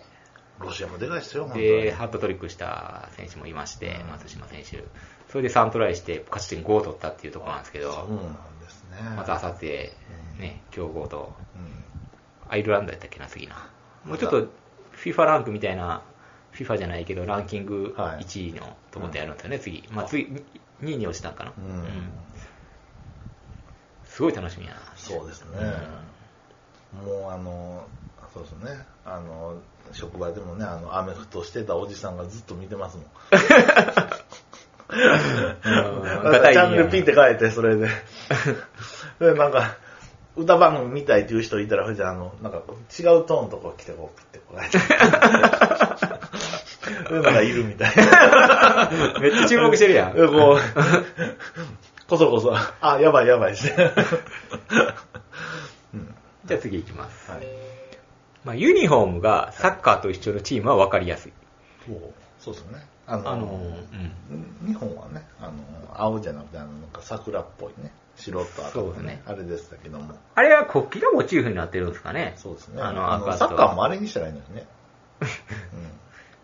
Speaker 2: ロシアもでかいですよ、本当に。
Speaker 1: でハットトリックした選手もいまして、
Speaker 2: うん
Speaker 1: 松島選手、それで3トライして、勝ち点5を取ったっていうところなんですけ
Speaker 2: そう
Speaker 1: ど、
Speaker 2: なんですね。
Speaker 1: またあさって
Speaker 2: う、ん
Speaker 1: ね、強豪と
Speaker 2: うん
Speaker 1: アイルランドやったっけな、次な、もうちょっと FIFA ランクみたいな、FIFA じゃないけど、ランキング
Speaker 2: はい
Speaker 1: 1位のところでやるんですよね、次、まあ、次2位に落ちたんかな、
Speaker 2: うん
Speaker 1: すごい楽しみやな、
Speaker 2: そうですね。もうあの、そうですね。あの、職場でもね、あの、アメフトしてたおじさんがずっと見てますもん。
Speaker 1: うん
Speaker 2: なんかチャンネルピンって書いて、そ
Speaker 1: [laughs]
Speaker 2: れで。で、なんか、歌番組見たいっていう人いたら、ほいじゃあ、あの、なんか違うトーンのとこ来て、こう、ピッてこうやって。
Speaker 1: [laughs]
Speaker 2: そういうのがいるみたいな。
Speaker 1: めっちゃ注目してるや
Speaker 2: [laughs]
Speaker 1: ん、
Speaker 2: でこう、こそこそ、あ、やばいや
Speaker 1: [laughs]
Speaker 2: ばいして。うん
Speaker 1: じゃあ次いきます、
Speaker 2: はい。
Speaker 1: まあ、ユニフォームがサッカーと一緒のチームは分かりやすい、
Speaker 2: そうそうですよね。あの、
Speaker 1: あのーうん
Speaker 2: 日本はね、あの、青じゃなくて、あの、なんか桜っぽいね。白と赤
Speaker 1: そ
Speaker 2: の
Speaker 1: うですね
Speaker 2: あれでしたけども。
Speaker 1: あれは国旗がモチーフになってるんですかね。
Speaker 2: そうですね。
Speaker 1: あの赤と
Speaker 2: サッカーもあれにしたらいいのに
Speaker 1: [laughs]
Speaker 2: ね。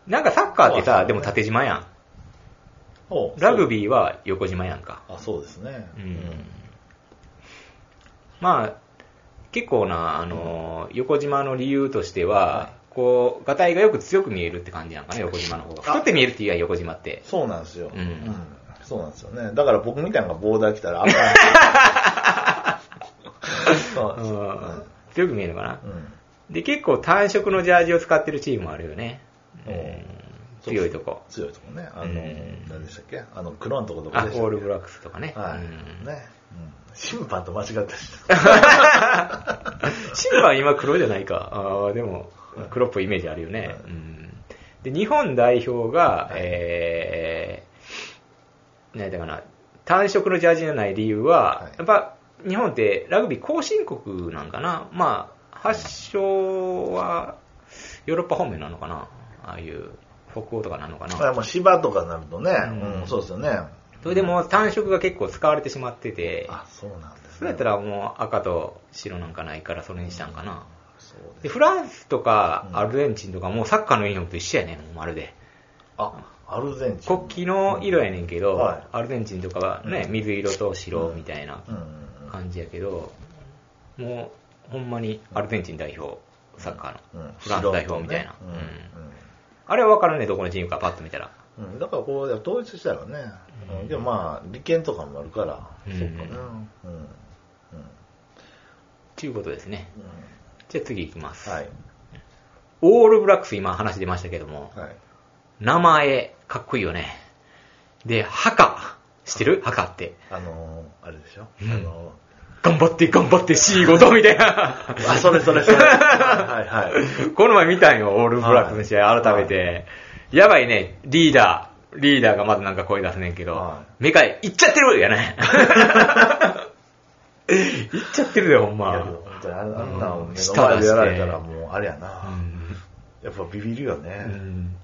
Speaker 1: なんかサッカーっ
Speaker 2: そ
Speaker 1: て
Speaker 2: うです
Speaker 1: さ、
Speaker 2: ね
Speaker 1: でも縦縞やん。
Speaker 2: うん
Speaker 1: ラグビーは横縞やんか。
Speaker 2: ーあ、そうですね。
Speaker 1: うん。まあ、結構な、あのー横縞の理由として
Speaker 2: はい
Speaker 1: は、こう、がたいがよく強く見えるって感じなんかね、横縞の方が。
Speaker 2: あ
Speaker 1: 太って見えるっていうやん横縞って。
Speaker 2: そうなんですよ。
Speaker 1: うん
Speaker 2: そうなんですよね。だから僕みたいなのがボーダー来たら赤い。
Speaker 1: [laughs]
Speaker 2: そうなんですよ。
Speaker 1: うん強く見えるのかな
Speaker 2: う。ん
Speaker 1: で、結構単色のジャージを使ってるチームもあるよね。
Speaker 2: お
Speaker 1: う
Speaker 2: うん
Speaker 1: 強いとこ。
Speaker 2: 強いとこね。あ
Speaker 1: う
Speaker 2: の
Speaker 1: ん、
Speaker 2: 何でしたっけあの、黒のとこどこ
Speaker 1: あ、オ
Speaker 2: でしたっけ
Speaker 1: ールブラックスとかね。
Speaker 2: は
Speaker 1: う
Speaker 2: い。
Speaker 1: ん
Speaker 2: ね。うん審判と間違って
Speaker 1: [laughs] 審判今黒じゃないか。ああ、でも、黒っぽいイメージあるよね。うん、で、日本代表が、えー、何だかな、単色のジャージじゃない理由は、
Speaker 2: はい
Speaker 1: やっぱ、日本ってラグビー後進国なんかな。まあ、発祥は、ヨーロッパ方面なのかな。ああいう、北欧とかなのか
Speaker 2: た。 [laughs] ま
Speaker 1: な。
Speaker 2: あもう芝とかになるとね、
Speaker 1: うん
Speaker 2: うんそうですよね。
Speaker 1: それでも単色が結構使われてしまってて、
Speaker 2: あ、そうなんです
Speaker 1: それやったらもう赤と白なんかないからそれにしたんかな。
Speaker 2: そうで。
Speaker 1: ですフランスとか
Speaker 2: うん
Speaker 1: アルゼンチンとかもうサッカーのユニフォームと一緒やねん、もうまるで。
Speaker 2: あ、アルゼンチン。
Speaker 1: 国旗の色やねんけど、
Speaker 2: うんはい
Speaker 1: アルゼンチンとかはね、
Speaker 2: うん
Speaker 1: 水色と白みたいな
Speaker 2: うんうんうん
Speaker 1: 感じやけど、もうほんまにアルゼンチン代表、サッカーの。
Speaker 2: うん
Speaker 1: フランス代表みたいな
Speaker 2: 白とねうんうん
Speaker 1: あれは分からんね、どこのチームかパッと見たら。
Speaker 2: うん、だからこう、統一したらね、うんでもまあ、利権とかもあるから、
Speaker 1: うん
Speaker 2: そうかな。うん。うん。
Speaker 1: ちゅうことですね。
Speaker 2: うん
Speaker 1: じゃあ次行きます。
Speaker 2: はい。
Speaker 1: オールブラックス今話出ましたけども、
Speaker 2: はい。
Speaker 1: 名前かっこいいよね。で、墓。知ってる墓って。
Speaker 2: あのー、あれでしょあ
Speaker 1: うん
Speaker 2: の
Speaker 1: 頑張って頑張って仕事みたいな。
Speaker 2: ー、あ、それそ
Speaker 1: [laughs]
Speaker 2: れそれ。はいはい。
Speaker 1: この前見たんよ、オールブラックスの試合、改めて。やばいね、リーダー。リーダーがまずなんか声出すねんけど
Speaker 2: は、
Speaker 1: メカイ、行っちゃってる
Speaker 2: [laughs]
Speaker 1: やね。行っちゃってるよ、ほん
Speaker 2: いや
Speaker 1: ま
Speaker 2: で。も本当にあんあんな
Speaker 1: う
Speaker 2: の目
Speaker 1: ん
Speaker 2: の
Speaker 1: 舌
Speaker 2: 前
Speaker 1: 出して
Speaker 2: でやられたらもうあれや
Speaker 1: う
Speaker 2: な。
Speaker 1: ん
Speaker 2: やっぱビビるよ
Speaker 1: う
Speaker 2: ね。
Speaker 1: ん
Speaker 2: うん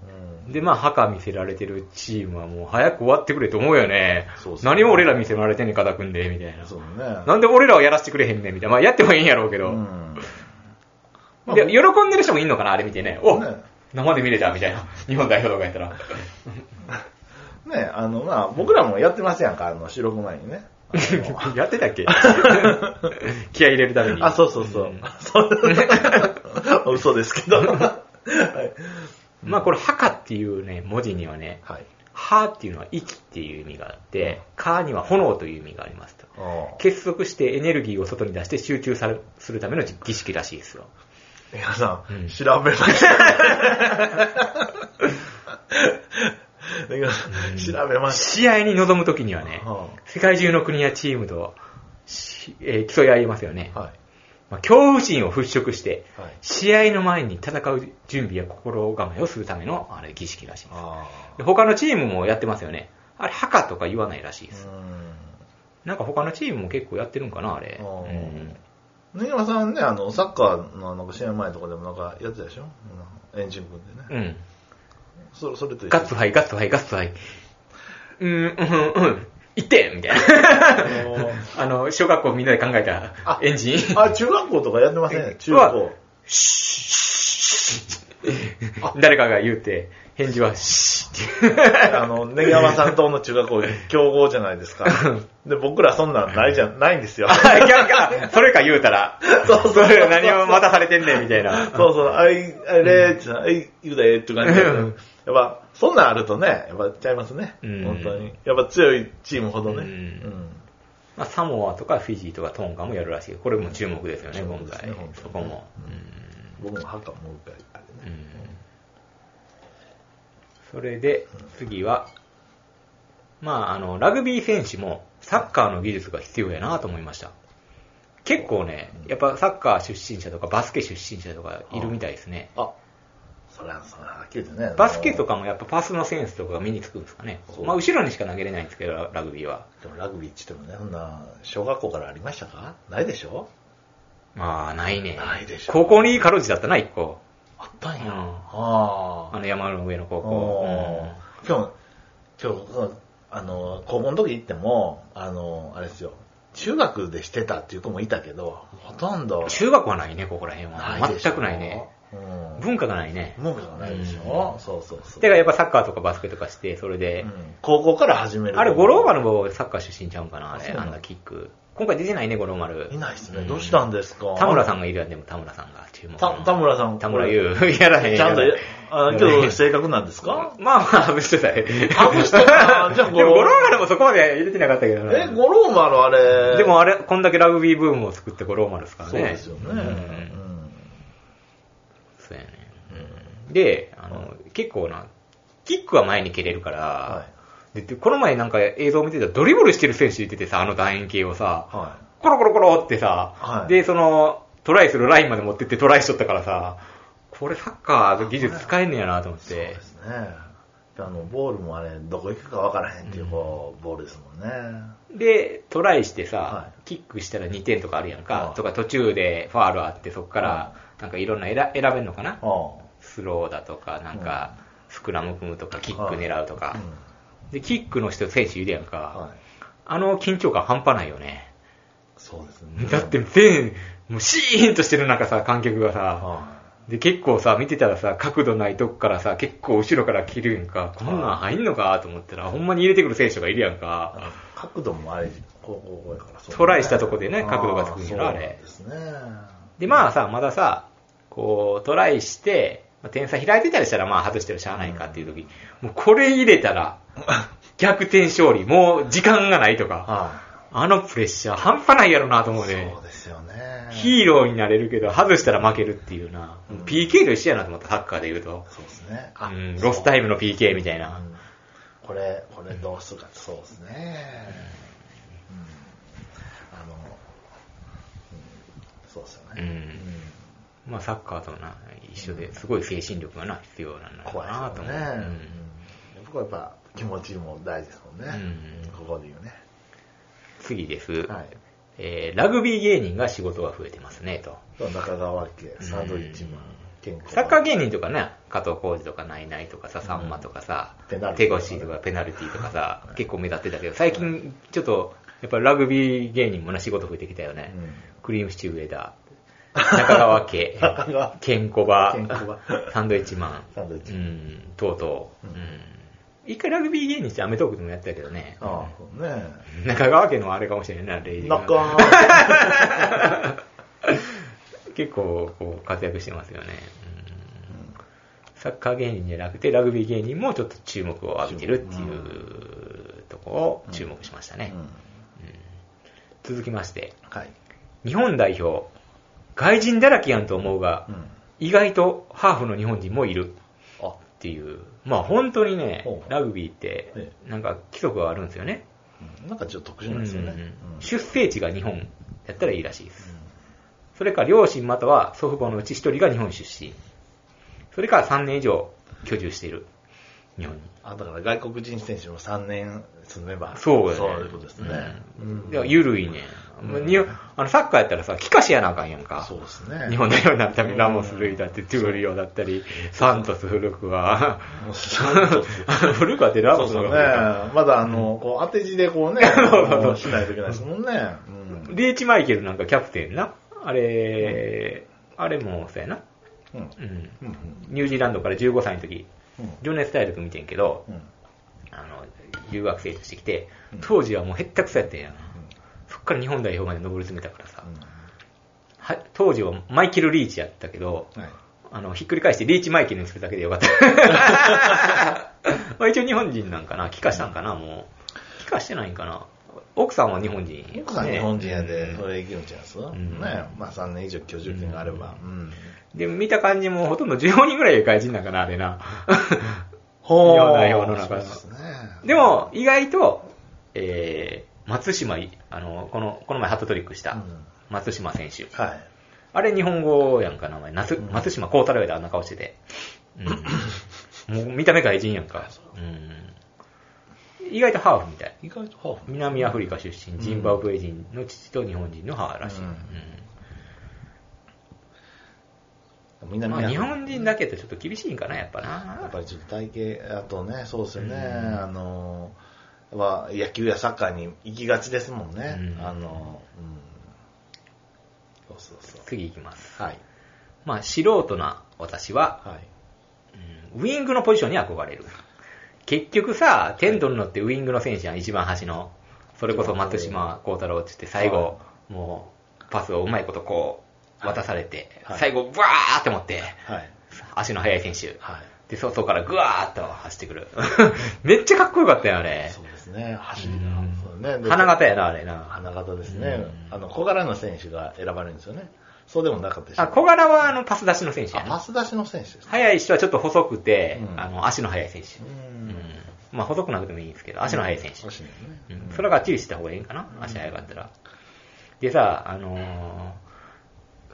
Speaker 1: で、まあ、墓見せられてるチームはもう早く終わってくれと思うよね
Speaker 2: そう。そう
Speaker 1: 何を俺ら見せられてんねん、肩組んで、みたいな。
Speaker 2: そうね。
Speaker 1: なんで俺らをやらせてくれへんねん、みたいな。まあ、やってもいいんやろうけ
Speaker 2: う
Speaker 1: ど。
Speaker 2: んまあ
Speaker 1: で、喜んでる人もいんのかな、あれ見てね。お
Speaker 2: ね
Speaker 1: 生で見れた、みたいな。 [laughs] 日本代表とかやったら。
Speaker 2: ね、あの、まあ、僕らもやってますやんか、あの、収録前にね。あの
Speaker 1: やってたっけ [laughs] 気合い入れるために。
Speaker 2: あ、そうそうそう。そう [laughs] 嘘ですけど。はい。
Speaker 1: まあこれ、墓っていうね、文字にはね、
Speaker 2: はい。
Speaker 1: はっていうのは息っていう意味があって、かには炎という意味がありますと。
Speaker 2: あ
Speaker 1: 結束してエネルギーを外に出して集中されするための儀式らしいですよ。
Speaker 2: あ。皆さん、
Speaker 1: うん
Speaker 2: 調べました。皆さん調べまし
Speaker 1: 試合に臨むときには
Speaker 2: た。
Speaker 1: ね、
Speaker 2: は
Speaker 1: 世界中の国やチームと、しえー競い合いますよね。
Speaker 2: あはい。
Speaker 1: まあ、恐怖心を払拭して、
Speaker 2: はい。
Speaker 1: 試合の前に戦う準備や心構えをするためのあれ儀式らしいです。
Speaker 2: あ
Speaker 1: で他のチームもやってますよね。あれ、墓とか言わないらしいです。
Speaker 2: あ。
Speaker 1: なんか他のチームも結構やってるんかな、あれ。
Speaker 2: あ
Speaker 1: う
Speaker 2: ー
Speaker 1: ん、
Speaker 2: 根山さんね、あの、サッカーのなんか試合前とかでもなんかやってたでしょエンジン組んでね。
Speaker 1: うん。
Speaker 2: それ、それと一緒
Speaker 1: ガッツハイ、ガッツハイ、ガッツハイ。うん、うん、うん。行ってみたいな。
Speaker 2: あのー
Speaker 1: あの、小学校みんなで考えた
Speaker 2: あ
Speaker 1: エンジン。
Speaker 2: あ、中学校とかやってませんね。中学校。
Speaker 1: 誰かが言うて、返事は、シーっていう。
Speaker 2: あの、根山さんとの中学
Speaker 1: [laughs]
Speaker 2: 校、強豪じゃないですか。で、僕らそんなんないじ
Speaker 1: [laughs]
Speaker 2: ゃん、ないんですよ。
Speaker 1: あ逆か、それか言うたら、
Speaker 2: そうそう
Speaker 1: それ何を待たされてんねん、みたいな。
Speaker 2: そうそう、あい、あれーって、あい、言うだえって感じで。
Speaker 1: う
Speaker 2: や
Speaker 1: ん
Speaker 2: っぱ、そんなんあるとね、やっぱちゃいますね。
Speaker 1: うん
Speaker 2: 本当に。やっぱ強いチームほどね。う
Speaker 1: うん
Speaker 2: ん
Speaker 1: まあ、サモアとかフィジーとかトンガもやるらしい。これも注目ですよね、
Speaker 2: 注
Speaker 1: 今
Speaker 2: 目です
Speaker 1: 回
Speaker 2: ね本。当
Speaker 1: そこも。
Speaker 2: 僕もハカもう一回あれ
Speaker 1: うん
Speaker 2: ね。
Speaker 1: うんそれで、次は、まあ、あの、ラグビー選手もサッカーの技術が必要やなと思いました。結構ね、やっぱサッカー出身者とかバスケ出身者とかいるみたいですね。
Speaker 2: あ、そら、そら、はっきり言ってね。
Speaker 1: バスケと
Speaker 2: か。
Speaker 1: かもやっぱパスのセンスとかが身につくんですかね
Speaker 2: そ。う
Speaker 1: まあ、後ろにしか投げれないんですけど、ラグビーは。
Speaker 2: でもラグビーって言ってもね、そんな、小学校からありましたかないでしょ
Speaker 1: まあ、ないね。
Speaker 2: ないでしょ
Speaker 1: 高校に軽うじだったな、一個。
Speaker 2: あったんや。
Speaker 1: うん
Speaker 2: あ
Speaker 1: あの山の上の高校
Speaker 2: お。ー今日、今日、あの、高校の時行っても、あの、あれですよ、中学でしてたっていう子もいたけど、ほとんど
Speaker 1: 中学はないね、ここら辺
Speaker 2: ない
Speaker 1: は。
Speaker 2: でしょ
Speaker 1: 全くないね。。
Speaker 2: うん。
Speaker 1: 文化がないね。
Speaker 2: 文化がないでしょ、そうそうそう。
Speaker 1: だからやっぱサッカーとかバスケとかして、それで、
Speaker 2: うん高校から始める。
Speaker 1: あれ、五郎丸もサッカー出身ちゃうんかな、あ
Speaker 2: そ
Speaker 1: れ、
Speaker 2: うな
Speaker 1: あ
Speaker 2: の
Speaker 1: んなキック。今回出てないね、五郎丸。
Speaker 2: いないですね。どうしたん
Speaker 1: で
Speaker 2: ですか
Speaker 1: 田村さ
Speaker 2: ん。
Speaker 1: んがいるやん、でも田村さんが注目。
Speaker 2: た田村さん。
Speaker 1: 田村優。 [laughs] やらへん。
Speaker 2: ちゃんと
Speaker 1: やらへ、
Speaker 2: あ今日正確なんですか
Speaker 1: まあまあ、ハブしてたよ。
Speaker 2: ハブしてたじゃあ五
Speaker 1: [laughs] で
Speaker 2: 郎
Speaker 1: も五郎丸もそこまで入れてなかったけどな
Speaker 2: え、五郎丸あれ。
Speaker 1: でもあれ、こんだけラグビーブームを作って五郎丸ですからね。
Speaker 2: そうですよね。
Speaker 1: うん
Speaker 2: うん
Speaker 1: そうやね。うんで、あの、結構な、キックは前に蹴れるから、
Speaker 2: は
Speaker 1: ででこの前なんか映像見てたらドリブルしてる選手いててさ、あの楕円形をさ、
Speaker 2: い。は
Speaker 1: コロコロコロってさ、
Speaker 2: はい
Speaker 1: で、その、トライするラインまで持ってってトライしとったからさ、これサッカーの技術使えんねやなと思っ
Speaker 2: い。そう
Speaker 1: て
Speaker 2: で、すね。あの、ボールもあれ、どこ行くかわからへんっていう、こう、ボールですもんね。
Speaker 1: で、トライしてさ、
Speaker 2: は
Speaker 1: キックしたら2点とかあるやんか、
Speaker 2: はい
Speaker 1: とか途中でファールあってそっから、
Speaker 2: は
Speaker 1: なんかいろんな選選べんのかな、
Speaker 2: あ
Speaker 1: スローだとか、なんか、スクラム組むとか、キック狙うと
Speaker 2: あ。
Speaker 1: か
Speaker 2: うん。、
Speaker 1: で、キックの人選手いるやんか、
Speaker 2: はい。
Speaker 1: あの緊張感半端ないよね。
Speaker 2: そうですね。
Speaker 1: だって全、もうシーンとしてる中さ、観客がさ、
Speaker 2: は
Speaker 1: で、結構さ、見てたらさ、角度ないとこからさ、結構後ろから切るやんか、こんなん入んのかと思ったら、ほんまに入れてくる選手がいるやん
Speaker 2: い。
Speaker 1: か。
Speaker 2: 角度もあれ、こう、こう、こうやからそうね。
Speaker 1: トライしたとこでね角度がつくんやろ
Speaker 2: あー
Speaker 1: あれ
Speaker 2: そうなんですね。
Speaker 1: で、まあさ、まださ、こう、トライして、まあ点差開いてたりしたら、まあ外してもしゃあないかっていう時、もうこれ入れ
Speaker 2: [laughs]
Speaker 1: たら、逆転勝利、もう時間がないとか、
Speaker 2: は
Speaker 1: あのプレッシャー半端ないやろなと
Speaker 2: い。
Speaker 1: 思うね。
Speaker 2: そうですよね。
Speaker 1: ヒーローになれるけど、外したら負けるっていうな。
Speaker 2: うん
Speaker 1: PK と一緒やなと思った、サッカーで言うと。
Speaker 2: そうですね。
Speaker 1: うん、ロスタイムの PK みたいうな。
Speaker 2: んこれ、これどうするかってそうですね。うん、あの、うん、そうですよね。
Speaker 1: うんまあ、サッカーとな、一緒ですごい精神力がな、必要なんだ
Speaker 2: うん
Speaker 1: ろう
Speaker 2: 怖いです
Speaker 1: な
Speaker 2: よ
Speaker 1: と思う。
Speaker 2: ね。うん僕はやっぱ気持ちも大事ですもんね。
Speaker 1: うん
Speaker 2: ここで言うね。
Speaker 1: 次です。
Speaker 2: はい。
Speaker 1: えーラグビー芸人が仕事が増えてますね、と。
Speaker 2: 中川家、サンドイッチマン、健康。
Speaker 1: サッカー芸人とかね、加藤浩二とかナイナイとかさ、さんまとかさ
Speaker 2: ペナル、ティ
Speaker 1: 手
Speaker 2: ーとか
Speaker 1: 越とかペナルティーとかさ、結構目立ってたけど、最近ちょっと、やっぱりラグビー芸人もな、仕事増えてきたよね。
Speaker 2: うん
Speaker 1: クリームシチュー上田、中川家
Speaker 2: [laughs] 中川、
Speaker 1: ケンコバ
Speaker 2: ケンコバ、
Speaker 1: サンドイッチマン、
Speaker 2: サンドイッチマン
Speaker 1: うん、とうとう。
Speaker 2: う
Speaker 1: うんん一回ラグビー芸人してアメトークでもやってたけどね。
Speaker 2: ああ、そうね。
Speaker 1: 中川家のあれかもしれないな、レイジが
Speaker 2: 中
Speaker 1: [laughs]
Speaker 2: 川、
Speaker 1: 結構こう活躍してますよね。うんサッカー芸人じゃなくて、ラグビー芸人もちょっと注目を浴びてるっていうところを注目しましたね。
Speaker 2: うん
Speaker 1: 続きまして、
Speaker 2: はい。
Speaker 1: 日本代表、外人だらけやんと思うが
Speaker 2: う、ん。
Speaker 1: 意外とハーフの日本人もいる
Speaker 2: あ、
Speaker 1: っていう、まあ本当にね
Speaker 2: ほ、う
Speaker 1: ラグビーって
Speaker 2: え、
Speaker 1: なんか規則があるんですよね。
Speaker 2: うんなんかちょっと特殊なんですよね。
Speaker 1: うんうん
Speaker 2: うん
Speaker 1: 出生地が日本やったらいいらしいです。それか両親または祖父母のうち一人が日本出身。それから3年以上居住している。日本に。
Speaker 2: あだから外国人選手も3年住めば、
Speaker 1: そうやね。
Speaker 2: そういうことですね。
Speaker 1: うん。
Speaker 2: うん
Speaker 1: いや、ゆるいね。まあにあのサッカーやったらさ、帰化しやなあかんやんか。
Speaker 2: そうですね。
Speaker 1: 日本代表になるためにラモス・ルイだって、トゥーリオだったり、サントス・古くは、
Speaker 2: もう三年
Speaker 1: [laughs] 古くはってラ
Speaker 2: そ
Speaker 1: モ
Speaker 2: う
Speaker 1: ス
Speaker 2: そ
Speaker 1: の
Speaker 2: う
Speaker 1: 方
Speaker 2: ね
Speaker 1: が。
Speaker 2: まだあの、こう当て字でこうね、あのしないといけないですもんね。うん
Speaker 1: リーチ・マイケルなんかキャプテンな。あれ、あれもそうやな。
Speaker 2: うん
Speaker 1: うん。
Speaker 2: うんうん
Speaker 1: ニュージーランドから15歳の時、
Speaker 2: うん
Speaker 1: 情熱大陸見てんけど
Speaker 2: う、ん
Speaker 1: あの、留学生としてきて
Speaker 2: うん、
Speaker 1: 当時はもうへったくそやったんやな。そっから日本代表まで上り詰めたからさ。は当時はマイケル・リーチやったけど、
Speaker 2: うんはい
Speaker 1: あの、ひっくり返してリーチマイケルにするだけでよ
Speaker 2: [laughs]
Speaker 1: かった。まあ一応日本人なんかな帰化したんかなもう。帰化してないんかな奥さんは日本人、
Speaker 2: 奥さん日本人や
Speaker 1: ね
Speaker 2: で、それ行きのチャンス
Speaker 1: ん
Speaker 2: ねまあ3年以上居住権があれば。うん
Speaker 1: で、見た感じもほとんど15人ぐらい外人なんかな、あれな。 [laughs]
Speaker 2: ほう
Speaker 1: 日本代表の中で
Speaker 2: そうですね。
Speaker 1: でも、意外と、えー、松島い、あの、この、この前ハットトリックし
Speaker 2: う
Speaker 1: た
Speaker 2: ん、
Speaker 1: 松島選手。
Speaker 2: はい。
Speaker 1: あれ日本語やんか、名前。なす
Speaker 2: うん
Speaker 1: 松島幸太郎やであんな顔してて。
Speaker 2: [laughs]
Speaker 1: うん、もう見た目外人やんか。うん、意外とハーフみたい。
Speaker 2: 意外とハーフ
Speaker 1: 南アフリカ出身、ジンバブエ人の父と日本人の母らしい。
Speaker 2: うん
Speaker 1: う
Speaker 2: みんなん見
Speaker 1: ま
Speaker 2: な
Speaker 1: あ、
Speaker 2: い
Speaker 1: 日本人だけってちょっと厳しいんかな、やっぱ
Speaker 2: やっ
Speaker 1: な
Speaker 2: ぱ。りちょっと体型、あとね、そうですよね、
Speaker 1: うん
Speaker 2: あの、は野球やサッカーに行きがちですもんね。
Speaker 1: うん
Speaker 2: あの、うん。そうそうそ
Speaker 1: 次いきます。
Speaker 2: う。はい。
Speaker 1: まあ、素人な私は、
Speaker 2: はい。
Speaker 1: うんウィングのポジションに憧れる。結局さ、テンドル乗ってウィングの選手じゃん、一番端の。それこそ松島幸太郎って言って、最後、もう、パスをうまいことこう、渡されて、
Speaker 2: はい
Speaker 1: 最後、ブワーって持って、
Speaker 2: はい。
Speaker 1: 足の速い選手。
Speaker 2: はい。
Speaker 1: で、外からグワーっと走ってくる。 [laughs] めっちゃかっこよかったよ、あれ。
Speaker 2: そうですね。走り
Speaker 1: う
Speaker 2: な。
Speaker 1: ん
Speaker 2: そうね。で
Speaker 1: 花形やな、あれな。
Speaker 2: 花形ですね。あの、小柄な選手が選ばれるんですよね。そうでもなかったでしょ
Speaker 1: あ、小柄はあのパス出しの選手
Speaker 2: あ
Speaker 1: や、
Speaker 2: パ
Speaker 1: な。
Speaker 2: ス出しの選手ですね。
Speaker 1: 速い人はちょっと細くて、
Speaker 2: うん
Speaker 1: あの、足の速い選手。
Speaker 2: うん
Speaker 1: うんまあ、細くなくてもいいんですけど、足の速い選手。
Speaker 2: 欲しいね
Speaker 1: うんそれはがっちりした方がいいんかな、足速かったら。でさ、あのー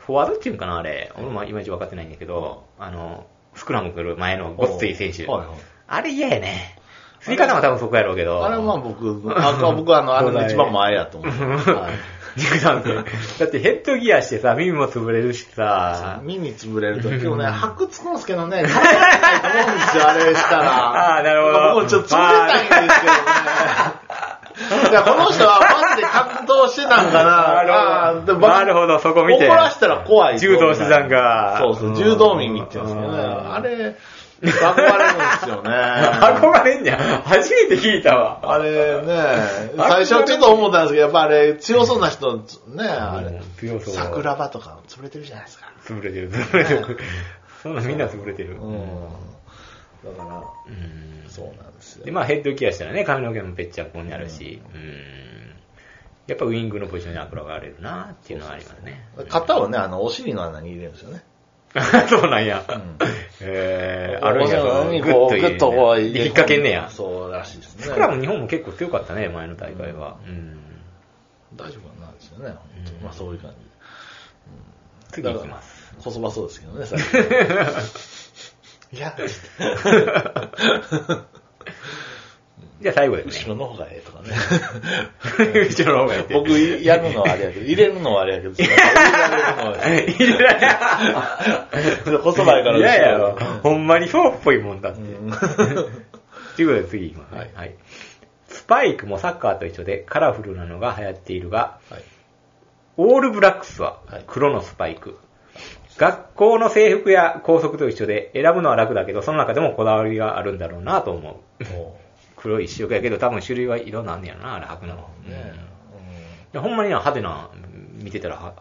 Speaker 1: フォワードっていうんかな、あれ。俺もいまいち分かってないんだけど、あの、スクラム来る前のごっつい選手。
Speaker 2: はいはい
Speaker 1: あれ嫌やね。吸い方も多分そこやろうけど。
Speaker 2: あれはまあ僕、あ僕はあの、あれの一番前やと
Speaker 1: [laughs]
Speaker 2: 思う。はい
Speaker 1: 肉弾 [laughs] って。だってヘッドギアしてさ、耳も潰れるしさ。
Speaker 2: 耳潰れると、今日ね、白骨つくんですけどね、頑張りたいと思うんですよ、あれしたら。
Speaker 1: [laughs] ああ、なるほど。
Speaker 2: 僕もちょっと潰れたいんですけどね。いや、この人はマジで格闘してたんかな。
Speaker 1: な
Speaker 2: あ
Speaker 1: る
Speaker 2: ーで
Speaker 1: ほど。
Speaker 2: も
Speaker 1: なるほど、そこ見て。
Speaker 2: 怒らしたら怖い。
Speaker 1: 柔道師さんが。
Speaker 2: そうそう、柔道民見てますけどね。
Speaker 1: うん
Speaker 2: あれ、憧れるんですよね。
Speaker 1: 憧れんじゃん。初めて聞いたわ。
Speaker 2: あれね、最初ちょっと思ったんですけど、やっぱあれ強そうな人、ね、あれ、
Speaker 1: 強そう。
Speaker 2: 桜庭とか潰れてるじゃないですか。
Speaker 1: 潰れてる、潰れ [laughs] てる。そんなみんな潰れてる。
Speaker 2: うん。だか
Speaker 1: うん
Speaker 2: ら、そうなんですよ。
Speaker 1: で、まあヘッドギアしたらね、髪の毛もぺっちゃこになるし。うん。やっぱウィングのポジションに憧れるなっていうのはありますね。
Speaker 2: 肩をね、あの、お尻の穴に入れるんですよね。
Speaker 1: [laughs] そうなんや。
Speaker 2: ん
Speaker 1: えー、あるんや
Speaker 2: お尻
Speaker 1: ろ
Speaker 2: の穴にこう、
Speaker 1: 入れ
Speaker 2: グ
Speaker 1: る
Speaker 2: ッとこう、
Speaker 1: で引っ掛けんねや。
Speaker 2: そうらしいですね。
Speaker 1: スクラム日本も結構強かったね、前の大会は。うん。
Speaker 2: 大丈夫なんですよね、本当にまあそういう感じで。
Speaker 1: 次いきます。
Speaker 2: だから。細ばそうですけどね、最近 [laughs] いや、
Speaker 1: じゃあ最後です
Speaker 2: 後
Speaker 1: ね。
Speaker 2: ろの方がええとかね。
Speaker 1: [laughs] 後ろの方がやっ
Speaker 2: [laughs]
Speaker 1: て。
Speaker 2: 僕、
Speaker 1: [laughs]
Speaker 2: やるのはあれやけど、入れるのはあれやけど、入れられるのはあれや
Speaker 1: 入れられな
Speaker 2: け [laughs] ど、細ばいから
Speaker 1: い。
Speaker 2: 後ろ
Speaker 1: 嫌やろ。ほんまにそうっぽいもんだっ
Speaker 2: [laughs]
Speaker 1: て。
Speaker 2: うん
Speaker 1: ということで次いきますね。
Speaker 2: はい
Speaker 1: はい。スパイクもサッカーと一緒でカラフルなのが流行っているが、
Speaker 2: はい
Speaker 1: オールブラックスは黒のスパイク。学校の制服や校則と一緒で選ぶのは楽だけど、その中でもこだわりがあるんだろうなと思う。
Speaker 2: も
Speaker 1: 黒い一色やけど、多分種類はいろんなんあんねやろな、あれ白なの。
Speaker 2: うね
Speaker 1: うんでほんまにな派手な、見てたらは、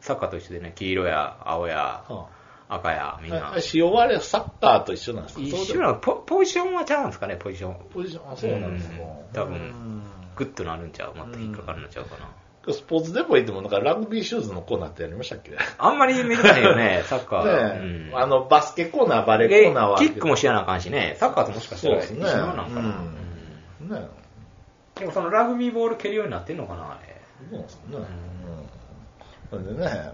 Speaker 1: サッカーと一緒でね、黄色や青や
Speaker 2: は
Speaker 1: 赤や、みんな
Speaker 2: あ。使用はあれ、サッカーと一緒なんですか
Speaker 1: 一
Speaker 2: そう
Speaker 1: 緒
Speaker 2: でも
Speaker 1: なのポ、ポジションはちゃうんですかね、ポジション。
Speaker 2: ポジションあそうなんですか
Speaker 1: うん。多分
Speaker 2: うん
Speaker 1: グッとなるんちゃうまた引っかかるんちゃうかな。
Speaker 2: スポーツでもいいとも、なんかラグビーシューズのコーナーってやりましたっけね
Speaker 1: あんまり見てないよね、サ
Speaker 2: [laughs]
Speaker 1: ッカー。
Speaker 2: え
Speaker 1: うん
Speaker 2: あの、バスケコーナー、バレー
Speaker 1: で
Speaker 2: コーナーは。
Speaker 1: キックもしやなあかんしね、サッカーともしかしたら一
Speaker 2: そう
Speaker 1: 緒
Speaker 2: ですね
Speaker 1: なんかな。
Speaker 2: うんねえ
Speaker 1: うんでもそのラグビーボール蹴るようになってんのかな、あれ。
Speaker 2: そうなんですね。うん。それでね、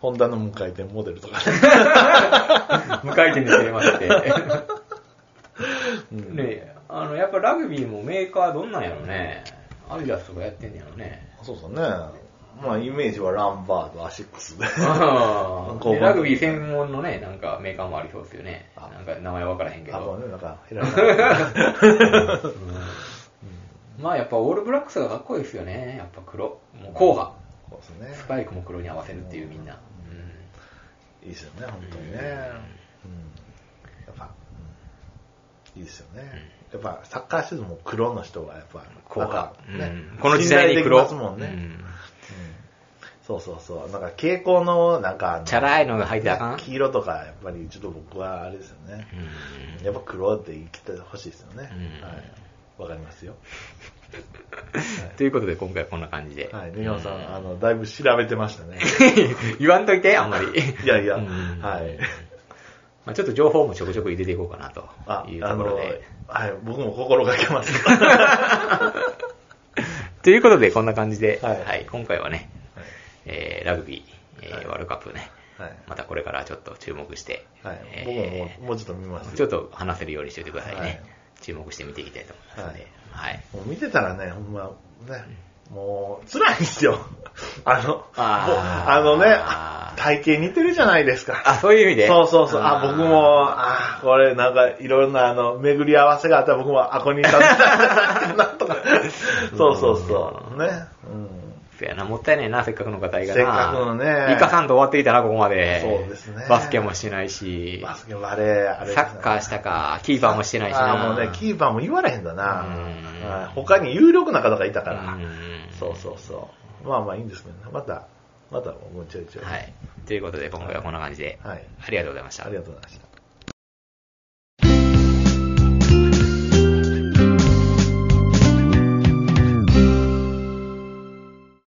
Speaker 2: ホンダの無回転モデルとかね。
Speaker 1: 無回転で蹴れまして。
Speaker 2: うん
Speaker 1: [laughs] ねえあの、やっぱラグビーもメーカーどんなんやろね。アディダスとかやってんねやろね。
Speaker 2: そうそうね。まあ、イメージはランバード、アシックスで。
Speaker 1: あ
Speaker 2: こう
Speaker 1: ーラグビー専門のね、なんかメーカーもありそうですよね。
Speaker 2: あ
Speaker 1: なんか名前わからへん
Speaker 2: [laughs]
Speaker 1: け
Speaker 2: あとは
Speaker 1: ど。
Speaker 2: ね、なんか、ヘラヘ
Speaker 1: [laughs]
Speaker 2: ラ
Speaker 1: まあやっぱオールブラックスがかっこいいですよね。やっぱ黒。もう硬派。
Speaker 2: そうですね。
Speaker 1: スパイクも黒に合わせるっていうみんな。
Speaker 2: いいですよね、本当にね。うん。やっぱ、うんいいですよね。やっぱ、サッカーシーズンも黒の人が、やっぱ、
Speaker 1: 硬派
Speaker 2: なんかね
Speaker 1: うんこの時代に黒。
Speaker 2: 信頼できますもんね。うん
Speaker 1: うん
Speaker 2: そうそうそう。なんか、傾向の、なんかあの、
Speaker 1: チャラいのが入ってたらあかん。
Speaker 2: 黄色とか、やっぱりちょっと僕はあれですよね。やっぱ黒って生きてほしいですよね。
Speaker 1: うん
Speaker 2: はい。わかりますよ。
Speaker 1: ということで今回はこんな感じで。
Speaker 2: はい。根本さん、あの、だいぶ調べてましたね。
Speaker 1: [laughs] 言わんといて、あんまり。
Speaker 2: [laughs] いやいや、
Speaker 1: うん
Speaker 2: はい。
Speaker 1: まあちょっと情報もちょこちょこ入れていこうかな
Speaker 2: あ
Speaker 1: と、いう
Speaker 2: あ
Speaker 1: とこ
Speaker 2: の、
Speaker 1: ろ
Speaker 2: は
Speaker 1: で
Speaker 2: い。。僕も心がけ
Speaker 1: [laughs]
Speaker 2: ます。
Speaker 1: ということで、こんな感じで、
Speaker 2: は
Speaker 1: はいい、今回はね、えーラグビー、えーワールドカップね、
Speaker 2: はい。
Speaker 1: またこれからちょっと注目して、
Speaker 2: はい。
Speaker 1: え
Speaker 2: 僕ももうもうちょっと見ま
Speaker 1: ー
Speaker 2: す。
Speaker 1: ちょっと話せるようにしておいてくださいね。
Speaker 2: はい
Speaker 1: 注目して見ていきたいと思いますので、はい。
Speaker 2: もう見てたらね、ほんま、 [laughs] ね、もう、辛いんですよ。あの、もう
Speaker 1: あー
Speaker 2: あのね、あ体型似てるじゃないですか。
Speaker 1: あ、そういう意味で
Speaker 2: そうそうそう。あ、
Speaker 1: ー
Speaker 2: 僕も、あーこれなんかいろんなあの、巡り合わせがあったら僕もあこにいたんだ [laughs]
Speaker 1: [laughs]
Speaker 2: なとか。そうそうそう。ね。うん。
Speaker 1: そうやな、もったいないな、せっかくの方がな。
Speaker 2: せっかくのね
Speaker 1: イカさんと終わっていたな、ここまで。
Speaker 2: そうですね
Speaker 1: バスケもしてないし、
Speaker 2: バスケバレー、あれ。
Speaker 1: サッカーしたか、キーパーもしてないしな。
Speaker 2: あーもうね、キーパーも言われへんだな。
Speaker 1: うん
Speaker 2: はい他に有力な方がいたから。
Speaker 1: うん
Speaker 2: そうそうそう。まあまあいいんですけどね。また、またもうちょいちょい。
Speaker 1: はい。ということで、今回はこんな感じで、
Speaker 2: はい。
Speaker 1: ありがとうございました
Speaker 2: あ。りがとうございました。